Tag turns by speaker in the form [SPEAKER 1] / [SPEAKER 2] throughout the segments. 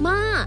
[SPEAKER 1] 妈，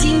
[SPEAKER 2] 今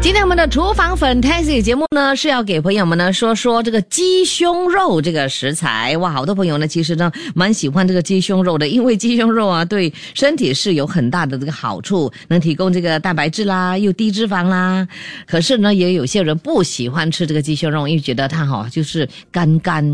[SPEAKER 3] 今天我们的厨房 Fantasy 节目呢，是要给朋友们呢说说这个鸡胸肉这个食材。哇，好多朋友呢其实呢蛮喜欢这个鸡胸肉的，因为鸡胸肉啊对身体是有很大的这个好处，能提供这个蛋白质啦，又低脂肪啦。可是呢，也有些人不喜欢吃这个鸡胸肉，因为觉得它哈、就是干干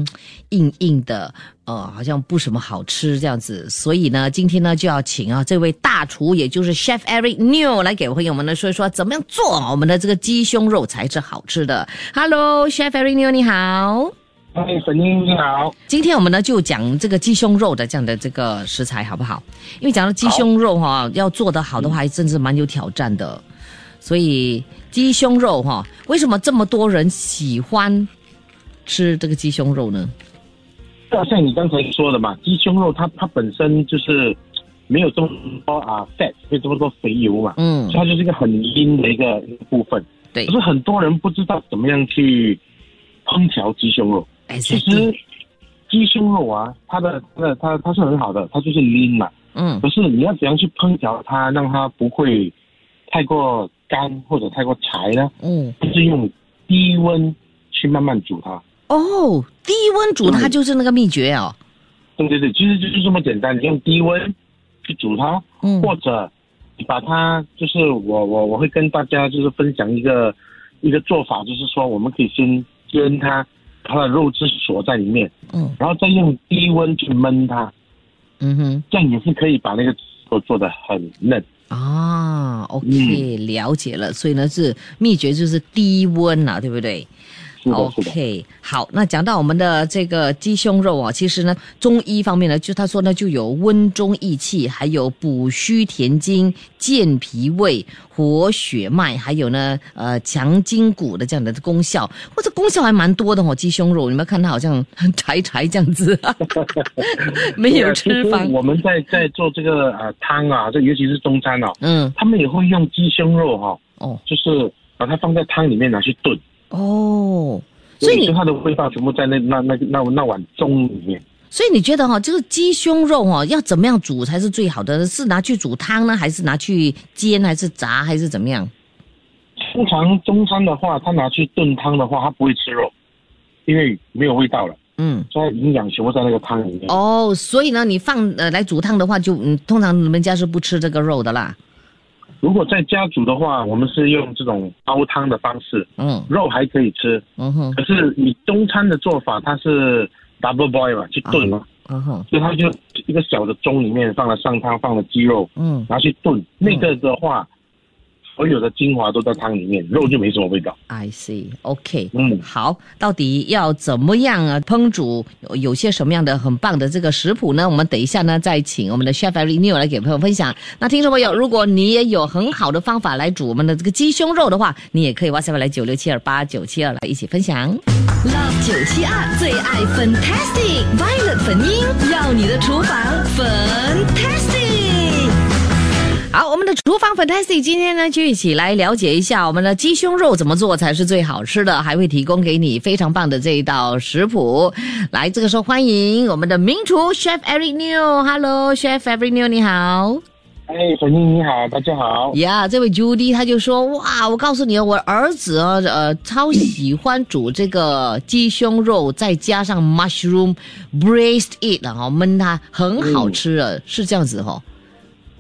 [SPEAKER 3] 硬硬的。呃，好像不什么好吃这样子，所以呢，今天呢就要请啊这位大厨，也就是 Chef Eric New 来给朋友们呢说一说怎么样做我们的这个鸡胸肉才是好吃的。Hello，Chef Eric New，你好。
[SPEAKER 4] 嗨，粉英你好。
[SPEAKER 3] 今天我们呢就讲这个鸡胸肉的这样的这个食材好不好？因为讲到鸡胸肉哈、要做得好的话，还真是蛮有挑战的。所以鸡胸肉哈、为什么这么多人喜欢吃这个鸡胸肉呢？
[SPEAKER 4] 就好像你刚才说的嘛，鸡胸肉它它本身就是没有这么多啊 fat，没有这么多肥油嘛，
[SPEAKER 3] 嗯
[SPEAKER 4] 所以，它就是一个很阴的一个一个部分。
[SPEAKER 3] 对
[SPEAKER 4] 可是很多人不知道怎么样去烹调鸡胸肉。
[SPEAKER 3] 哎，
[SPEAKER 4] 其实鸡胸肉啊，它的它的它它是很好的，它就是 lean 嘛。
[SPEAKER 3] 嗯
[SPEAKER 4] 可是你要怎样去烹调它，让它不会太过干或者太过柴呢？
[SPEAKER 3] 嗯。
[SPEAKER 4] 就是用低温去慢慢煮它。
[SPEAKER 3] 哦，低温煮它就是那个秘诀哦。
[SPEAKER 4] 对对对，其实就是这么简单，你用低温去煮它，
[SPEAKER 3] 嗯
[SPEAKER 4] 或者你把它，就是我我我会跟大家就是分享一个一个做法，就是说我们可以先煎它，它的肉质锁在里面，
[SPEAKER 3] 嗯
[SPEAKER 4] 然后再用低温去焖它，
[SPEAKER 3] 嗯哼，
[SPEAKER 4] 这样也是可以把那个肉做的很嫩。
[SPEAKER 3] 啊，OK，、了解了。所以呢，是秘诀就是低温啊，对不对
[SPEAKER 4] 是的，是的。
[SPEAKER 3] ？OK，好。那讲到我们的这个鸡胸肉啊，其实呢，中医方面呢，就他说呢，就有温中益气，还有补虚填精、健脾胃、活血脉，还有呢，呃，强筋骨的这样的功效。或者功效还蛮多的哦，鸡胸肉，你们看它好像 很柴柴这样子， 没有
[SPEAKER 4] 对啊
[SPEAKER 3] 脂
[SPEAKER 4] 其实
[SPEAKER 3] 肪。
[SPEAKER 4] 我们在在做这个呃汤啊，这尤其是中餐哦，
[SPEAKER 3] 嗯，
[SPEAKER 4] 他们也会用鸡胸肉哈、哦，
[SPEAKER 3] 哦
[SPEAKER 4] 就是把它放在汤里面拿去炖。
[SPEAKER 3] 哦，所以
[SPEAKER 4] 就
[SPEAKER 3] 你
[SPEAKER 4] 它的味道全部在那那那那那碗盅里面。
[SPEAKER 3] 所以你觉得哈、这个鸡胸肉哦，要怎么样煮才是最好的？是拿去煮汤呢，还是拿去煎，还是炸，还是怎么样？
[SPEAKER 4] 通常中餐的话，它拿去炖汤的话，它不会吃肉，因为没有味道了，
[SPEAKER 3] 嗯，
[SPEAKER 4] 所以它营养全部在那个汤里面。
[SPEAKER 3] 哦，所以呢，你放呃来煮汤的话就，嗯，通常你们家是不吃这个肉的啦。
[SPEAKER 4] 如果在家煮的话，我们是用这种煲汤的方式，
[SPEAKER 3] 嗯
[SPEAKER 4] 肉还可以吃。
[SPEAKER 3] 嗯哼
[SPEAKER 4] 可是你中餐的做法，它是 double boil 嘛，去炖嘛，
[SPEAKER 3] 嗯哼
[SPEAKER 4] 所以它就一个小的盅里面放了上汤，放了鸡肉，
[SPEAKER 3] 嗯
[SPEAKER 4] 拿去炖。那个的话，所有的精华都在汤里面，肉就没什么味道。
[SPEAKER 3] ，I see。OK，
[SPEAKER 4] 嗯
[SPEAKER 3] 好，到底要怎么样啊？烹煮有有些什么样的很棒的这个食谱呢？我们等一下呢，再请我们的 chef Eric New 来给朋友分享。那听众朋友，如果你也有很好的方法来煮我们的这个鸡胸肉的话，你也可以 WhatsApp 来九六七二八九七二来一起分享。
[SPEAKER 2] Love 九七二最爱 Fantastic Violet 粉英，要你的厨房 Fantastic。
[SPEAKER 3] 好，我们的厨房 Fantastic 今天呢，就一起来了解一下我们的鸡胸肉怎么做才是最好吃的，还会提供给你非常棒的这一道食谱。来，这个时候欢迎我们的名厨 Chef Eric New，Hello，Chef Eric New，你好。
[SPEAKER 4] 哎，粉英你好，大家好。
[SPEAKER 3] 呀这位 Judy 她就说：“哇，我告诉你，我儿子啊，呃，超喜欢煮这个鸡胸肉，再加上 mushroom braised it 啊，焖它很好吃啊，是这样子哦。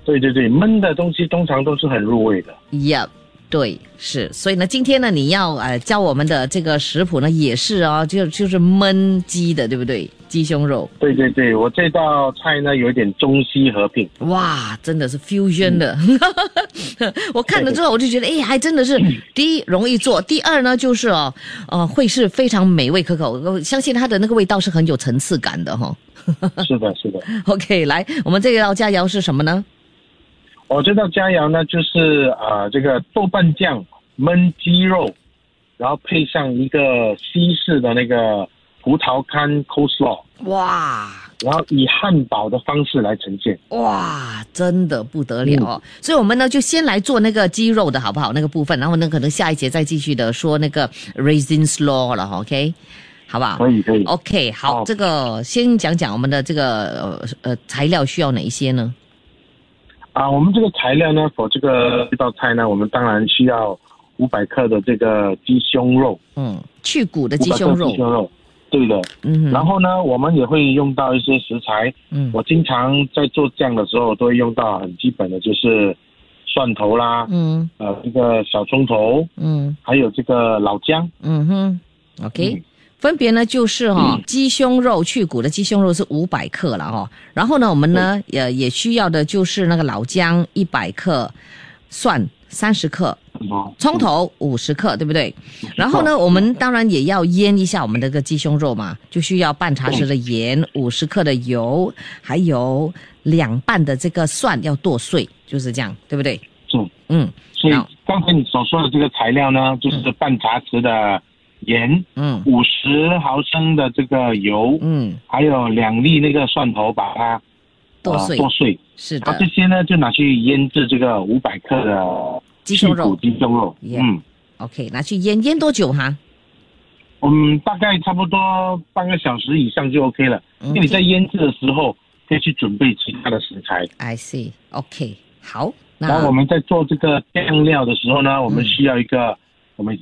[SPEAKER 4] 对对对，焖的东西通常都是很入味的。
[SPEAKER 3] Yep，对，是，所以呢，今天呢，你要呃教我们的这个食谱呢，也是哦，就就是焖鸡的，对不对？鸡胸肉，
[SPEAKER 4] 对对对，我这道菜呢有一点中西合 并，
[SPEAKER 3] 哇，真的是 fusion 的。 我看了之后，我就觉得，哎，还真的是，第一容易做，第二呢，就是哦，呃，会是非常美味可口，我相信它的那个味道是很有层次感的哈、
[SPEAKER 4] 是的，是的。
[SPEAKER 3] OK，来，我们这道佳肴是什么呢？
[SPEAKER 4] 我这道佳肴呢，就是呃这个豆瓣酱焖鸡肉，然后配上一个西式的那个葡萄干 coleslaw，
[SPEAKER 3] 哇
[SPEAKER 4] 然后以汉堡的方式来呈现。
[SPEAKER 3] 哇，真的不得了哦！所以我们呢就先来做那个鸡肉的好不好？那个部分，然后呢可能下一节再继续的说那个 raisin slaw 了哈，OK，好不好？
[SPEAKER 4] 可以可以
[SPEAKER 3] OK，好，
[SPEAKER 4] 好
[SPEAKER 3] 这个先讲讲我们的这个呃呃材料需要哪一些呢？
[SPEAKER 4] 啊，我们这个材料呢，for 这个这道菜呢，我们当然需要五百克的这个鸡胸肉，
[SPEAKER 3] 嗯，去骨的
[SPEAKER 4] 五
[SPEAKER 3] 鸡
[SPEAKER 4] 百克
[SPEAKER 3] 胸
[SPEAKER 4] 鸡
[SPEAKER 3] 肉，
[SPEAKER 4] 胸肉，对的。
[SPEAKER 3] 嗯
[SPEAKER 4] 然
[SPEAKER 3] 哼，
[SPEAKER 4] 后呢，我们也会用到一些食材，
[SPEAKER 3] 嗯
[SPEAKER 4] 我经常在做酱的时候都会用到很基本的，就是蒜头啦，
[SPEAKER 3] 嗯
[SPEAKER 4] 呃，这个小葱头，
[SPEAKER 3] 嗯
[SPEAKER 4] 还有这个老姜，
[SPEAKER 3] 嗯哼，OK，、
[SPEAKER 4] 嗯
[SPEAKER 3] 分别呢就是哈、鸡胸肉去骨的鸡胸肉是五百克了哈、然后呢我们呢
[SPEAKER 4] 嗯
[SPEAKER 3] 也也需要的就是那个老姜一百克，蒜三十克，
[SPEAKER 4] 哦
[SPEAKER 3] 葱
[SPEAKER 4] 嗯
[SPEAKER 3] 头五十克，对不对？然后呢，我们当然也要腌一下我们这个鸡胸肉嘛，就需要半茶
[SPEAKER 4] 嗯
[SPEAKER 3] 匙的盐，五十克的油，还有两瓣的这个蒜要剁碎，就是这样，对不对？
[SPEAKER 4] 嗯，
[SPEAKER 3] 嗯
[SPEAKER 4] 所以
[SPEAKER 3] 好
[SPEAKER 4] 刚才你所说的这个材料呢，就是半茶匙的盐，
[SPEAKER 3] 嗯
[SPEAKER 4] 五十毫升的这个油，
[SPEAKER 3] 嗯，
[SPEAKER 4] 还有两粒那个蒜头，把它
[SPEAKER 3] 剁碎
[SPEAKER 4] 呃剁碎。
[SPEAKER 3] 是
[SPEAKER 4] 然
[SPEAKER 3] 的
[SPEAKER 4] 后这，些呢，就拿去腌制这个五百克的
[SPEAKER 3] 鸡胸
[SPEAKER 4] 去骨
[SPEAKER 3] 肉
[SPEAKER 4] 鸡胸肉。
[SPEAKER 3] Yeah
[SPEAKER 4] 嗯，
[SPEAKER 3] ，OK，拿去腌腌多久哈？
[SPEAKER 4] 我们嗯大概差不多半个小时以上就 OK 了，
[SPEAKER 3] 嗯
[SPEAKER 4] 因为你在腌制的时候可以去准备其他的食材。
[SPEAKER 3] I see，OK，、好，
[SPEAKER 4] 然
[SPEAKER 3] 那
[SPEAKER 4] 后
[SPEAKER 3] 嗯
[SPEAKER 4] 我们在做这个酱料的时候呢，我们需要一个、我们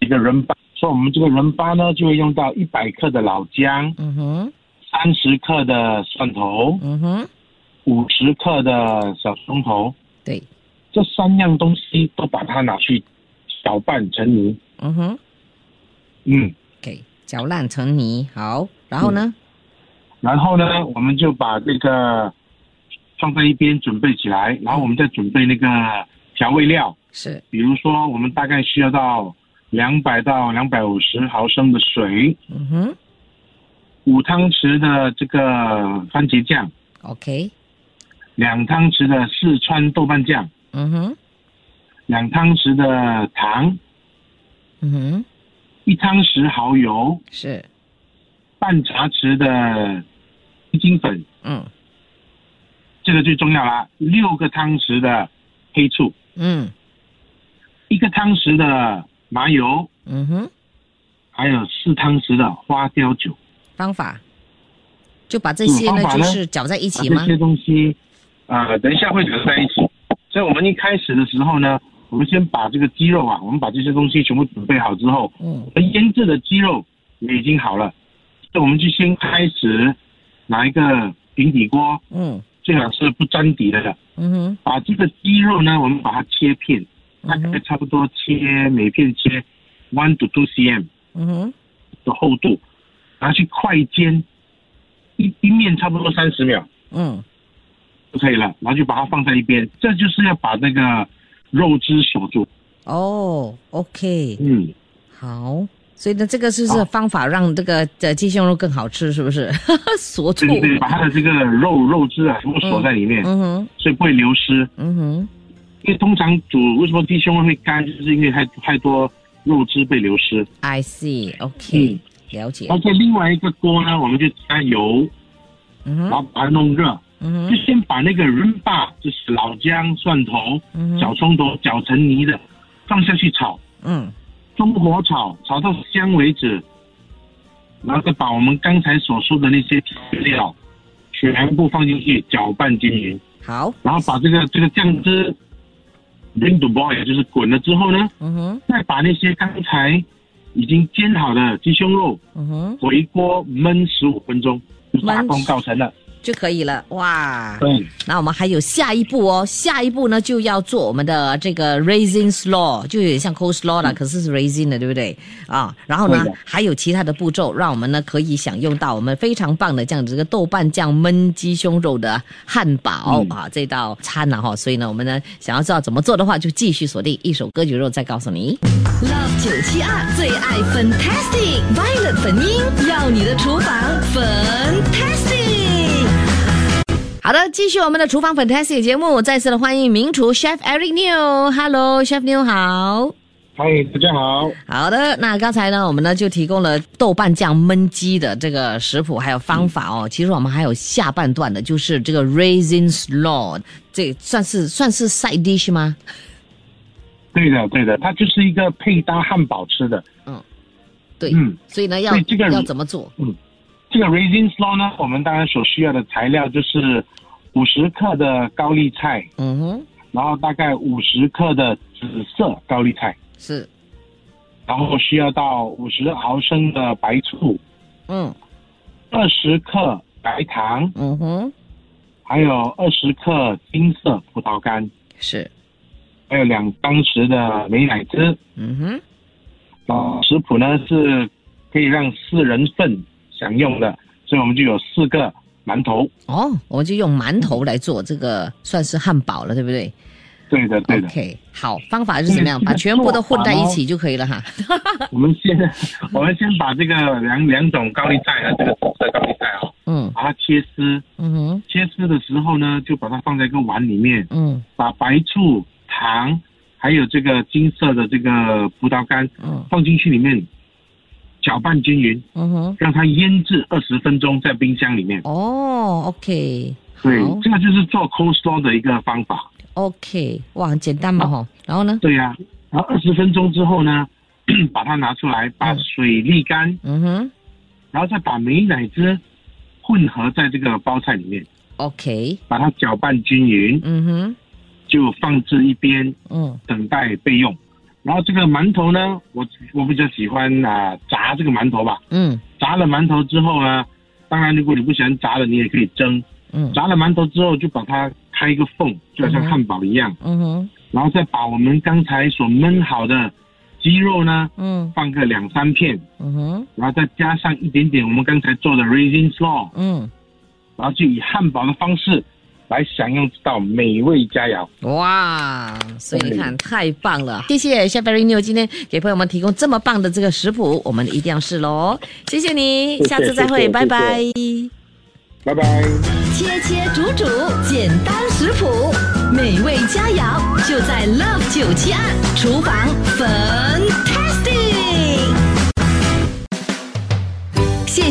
[SPEAKER 4] 一个人巴，所以我们这个人巴呢就会用到一百克的老姜，
[SPEAKER 3] 嗯哼
[SPEAKER 4] 三十克的蒜头，
[SPEAKER 3] 嗯哼，
[SPEAKER 4] 五十克的小葱头，
[SPEAKER 3] 对，
[SPEAKER 4] 这三样东西都把它拿去搅拌成泥。
[SPEAKER 3] 嗯哼
[SPEAKER 4] 嗯，
[SPEAKER 3] ，OK，搅烂成泥，好，然后呢？
[SPEAKER 4] 然后呢，我们就把这个放在一边准备起来，然后我们再准备那个调味料。
[SPEAKER 3] 是，
[SPEAKER 4] 比如说，我们大概需要到两百到两百五十毫升的水，
[SPEAKER 3] 嗯哼
[SPEAKER 4] 五汤匙的这个番茄酱，
[SPEAKER 3] ，OK，
[SPEAKER 4] 两汤匙的四川豆瓣酱，
[SPEAKER 3] 嗯哼
[SPEAKER 4] 两汤匙的糖，
[SPEAKER 3] 嗯哼，
[SPEAKER 4] 一汤匙蚝油，
[SPEAKER 3] 是，
[SPEAKER 4] 半茶匙的鸡精粉，
[SPEAKER 3] 嗯
[SPEAKER 4] 这个最重要啦，六个汤匙的黑醋，
[SPEAKER 3] 嗯
[SPEAKER 4] 一个汤匙的麻油，
[SPEAKER 3] 嗯哼。
[SPEAKER 4] 还有四汤匙的花雕酒。
[SPEAKER 3] 方法，就把这些呢
[SPEAKER 4] 嗯方法
[SPEAKER 3] 就
[SPEAKER 4] 呢
[SPEAKER 3] 是搅在一
[SPEAKER 4] 把
[SPEAKER 3] 起吗
[SPEAKER 4] 啊这？些东西，呃，等一下会合在一起。所以我们一开始的时候呢，我们先把这个鸡肉啊，我们把这些东西全部准备好之后，
[SPEAKER 3] 嗯
[SPEAKER 4] 而腌制的鸡肉也已经好了，所以我们就先开始拿一个平底锅，
[SPEAKER 3] 嗯
[SPEAKER 4] 最好是不沾底的，
[SPEAKER 3] 嗯哼
[SPEAKER 4] 把这个鸡肉呢，我们把它切片，大
[SPEAKER 3] 嗯
[SPEAKER 4] 概
[SPEAKER 3] 哼
[SPEAKER 4] 差不多切每片切 one to two cm
[SPEAKER 3] 嗯哼
[SPEAKER 4] 的厚度，拿去快煎，一一面差不多三十秒。
[SPEAKER 3] 嗯
[SPEAKER 4] 就可以了，然后就把它放在一边。这就是要把那个肉汁锁住。
[SPEAKER 3] 哦，OK，
[SPEAKER 4] 嗯，
[SPEAKER 3] 好。所以呢，这个就是
[SPEAKER 4] 好
[SPEAKER 3] 方法让这个呃鸡胸肉更好吃，是不是？ 锁住
[SPEAKER 4] 对。对对，把它的这个肉肉汁啊全部锁在里面，
[SPEAKER 3] 嗯哼，
[SPEAKER 4] 所以不会流失。
[SPEAKER 3] 嗯哼，
[SPEAKER 4] 因为通常煮为什么鸡胸肉会干，就是因为太太多肉汁被流失。
[SPEAKER 3] ，I see，OK，
[SPEAKER 4] 嗯
[SPEAKER 3] 了解
[SPEAKER 4] 然。后在另外一个锅呢，我们就加油，
[SPEAKER 3] 嗯哼，
[SPEAKER 4] 然后把它弄热，
[SPEAKER 3] 嗯哼，
[SPEAKER 4] 就先把那个润巴，就是老姜、蒜头、
[SPEAKER 3] 嗯
[SPEAKER 4] 小
[SPEAKER 3] 哼，
[SPEAKER 4] 葱头搅成泥的，放下去炒。
[SPEAKER 3] 嗯
[SPEAKER 4] 中火炒，炒到香为止，然后再把我们刚才所说的那些调料全部放进去，搅拌均匀，
[SPEAKER 3] 好，
[SPEAKER 4] 然后把这个这个酱汁 bring to boil，就是滚了之后呢，
[SPEAKER 3] 嗯哼，
[SPEAKER 4] 再把那些刚才已经煎好的鸡胸肉
[SPEAKER 3] 嗯哼，
[SPEAKER 4] 回锅焖十五分钟，就大功告成了。
[SPEAKER 3] 就可以了。哇！
[SPEAKER 4] 对，
[SPEAKER 3] 那我们还有下一步哦，下一步呢就要做我们的这个 raising slaw，就有点像 coleslaw 啦，可是是 raising 的，对不对？啊，然后呢
[SPEAKER 4] 嗯对的
[SPEAKER 3] 还有其他的步骤，让我们呢可以享用到我们非常棒的这样子一个豆瓣酱焖鸡胸肉的汉堡、
[SPEAKER 4] 嗯
[SPEAKER 3] 啊这道餐了、哈。所以呢，我们呢想要知道怎么做的话，就继续锁定一首歌曲肉再告诉你。
[SPEAKER 2] Love 九七二最爱 Fantastic Violet 粉音，要你的厨房 Fantastic。
[SPEAKER 3] 好的，继续我们的厨房 fantastic 节目，再次的欢迎名厨 chef Eric New。Hello，chef New 好。
[SPEAKER 4] 嗨，大家好。
[SPEAKER 3] 好的，那刚才呢，我们呢就提供了豆瓣酱焖鸡的这个食谱还有方法哦。其实我们还有下半段的，就是这个 raisin slaw，这算是算是 side dish 吗？
[SPEAKER 4] 对的，对的，它就是一个配搭汉堡吃的。
[SPEAKER 3] 对，
[SPEAKER 4] 嗯
[SPEAKER 3] 所以呢要
[SPEAKER 4] 对这个
[SPEAKER 3] 要怎么做？
[SPEAKER 4] 这个 raisin slaw 呢，我们当然所需要的材料就是五十克的高丽菜，
[SPEAKER 3] 嗯哼，
[SPEAKER 4] 然后大概五十克的紫色高丽菜，
[SPEAKER 3] 是，
[SPEAKER 4] 然后需要到五十毫升的白醋，
[SPEAKER 3] 嗯
[SPEAKER 4] 二十克白糖，
[SPEAKER 3] 嗯哼，
[SPEAKER 4] 还有二十克金色葡萄干，
[SPEAKER 3] 是，
[SPEAKER 4] 还有两汤匙的美乃滋。
[SPEAKER 3] 嗯哼，
[SPEAKER 4] 然后食谱呢是可以让四人份享用的，所以我们就有四个馒头。
[SPEAKER 3] 哦，我们就用馒头来做这个，算是汉堡了，对不对
[SPEAKER 4] 对的，对的。
[SPEAKER 3] ？OK，好，方法是怎 么样？把全部都混在一起就可以了哈。
[SPEAKER 4] 我们先 我们先把这个两两种高丽菜和这个紫色高丽菜啊、
[SPEAKER 3] 嗯
[SPEAKER 4] 把它切丝。
[SPEAKER 3] 嗯哼，
[SPEAKER 4] 切丝的时候呢，就把它放在一个碗里面，
[SPEAKER 3] 嗯
[SPEAKER 4] 把白醋、糖，还有这个金色的这个葡萄干
[SPEAKER 3] 嗯
[SPEAKER 4] 放进去里面，搅拌均匀，
[SPEAKER 3] 嗯哼，
[SPEAKER 4] 让它腌制二十分钟，在冰箱里面。
[SPEAKER 3] 哦，OK，好。
[SPEAKER 4] 对，这个就是做 coleslaw 的一个方法。
[SPEAKER 3] OK，哇，很简单嘛哈。然后呢？
[SPEAKER 4] 对呀、然后二十分钟之后呢， 把它拿出来，把水沥干，
[SPEAKER 3] 嗯哼
[SPEAKER 4] 然后再把美乃滋混合在这个包菜里面，
[SPEAKER 3] ，OK，
[SPEAKER 4] 把它搅拌均匀，
[SPEAKER 3] 嗯哼，
[SPEAKER 4] 就放置一边，
[SPEAKER 3] 嗯
[SPEAKER 4] 等待备用。然后这个馒头呢，我我比较喜欢啊、炸这个馒头吧。
[SPEAKER 3] 嗯
[SPEAKER 4] 炸了馒头之后呢，当然如果你不喜欢炸的，你也可以蒸。
[SPEAKER 3] 嗯
[SPEAKER 4] 炸了馒头之后，就把它开一个缝，就好像汉堡一样，
[SPEAKER 3] 嗯哼，
[SPEAKER 4] 然后再把我们刚才所焖好的鸡肉呢，
[SPEAKER 3] 嗯
[SPEAKER 4] 放个两三片，
[SPEAKER 3] 嗯哼，
[SPEAKER 4] 然后再加上一点点我们刚才做的 raisin slaw，
[SPEAKER 3] 嗯，
[SPEAKER 4] 然后就以汉堡的方式来享用这道美味佳肴。
[SPEAKER 3] 哇！所以你看，太棒了，谢谢 Chef Barry New 今天给朋友们提供这么棒的这个食谱，我们一定要试喽。谢谢你，
[SPEAKER 4] 谢谢
[SPEAKER 3] 下次再
[SPEAKER 4] 谢
[SPEAKER 3] 会，
[SPEAKER 4] 谢
[SPEAKER 3] 拜拜。
[SPEAKER 4] 拜拜。
[SPEAKER 2] 切切煮煮，简单食谱，美味佳肴就在 Love 九七二厨房 Fantastic。谢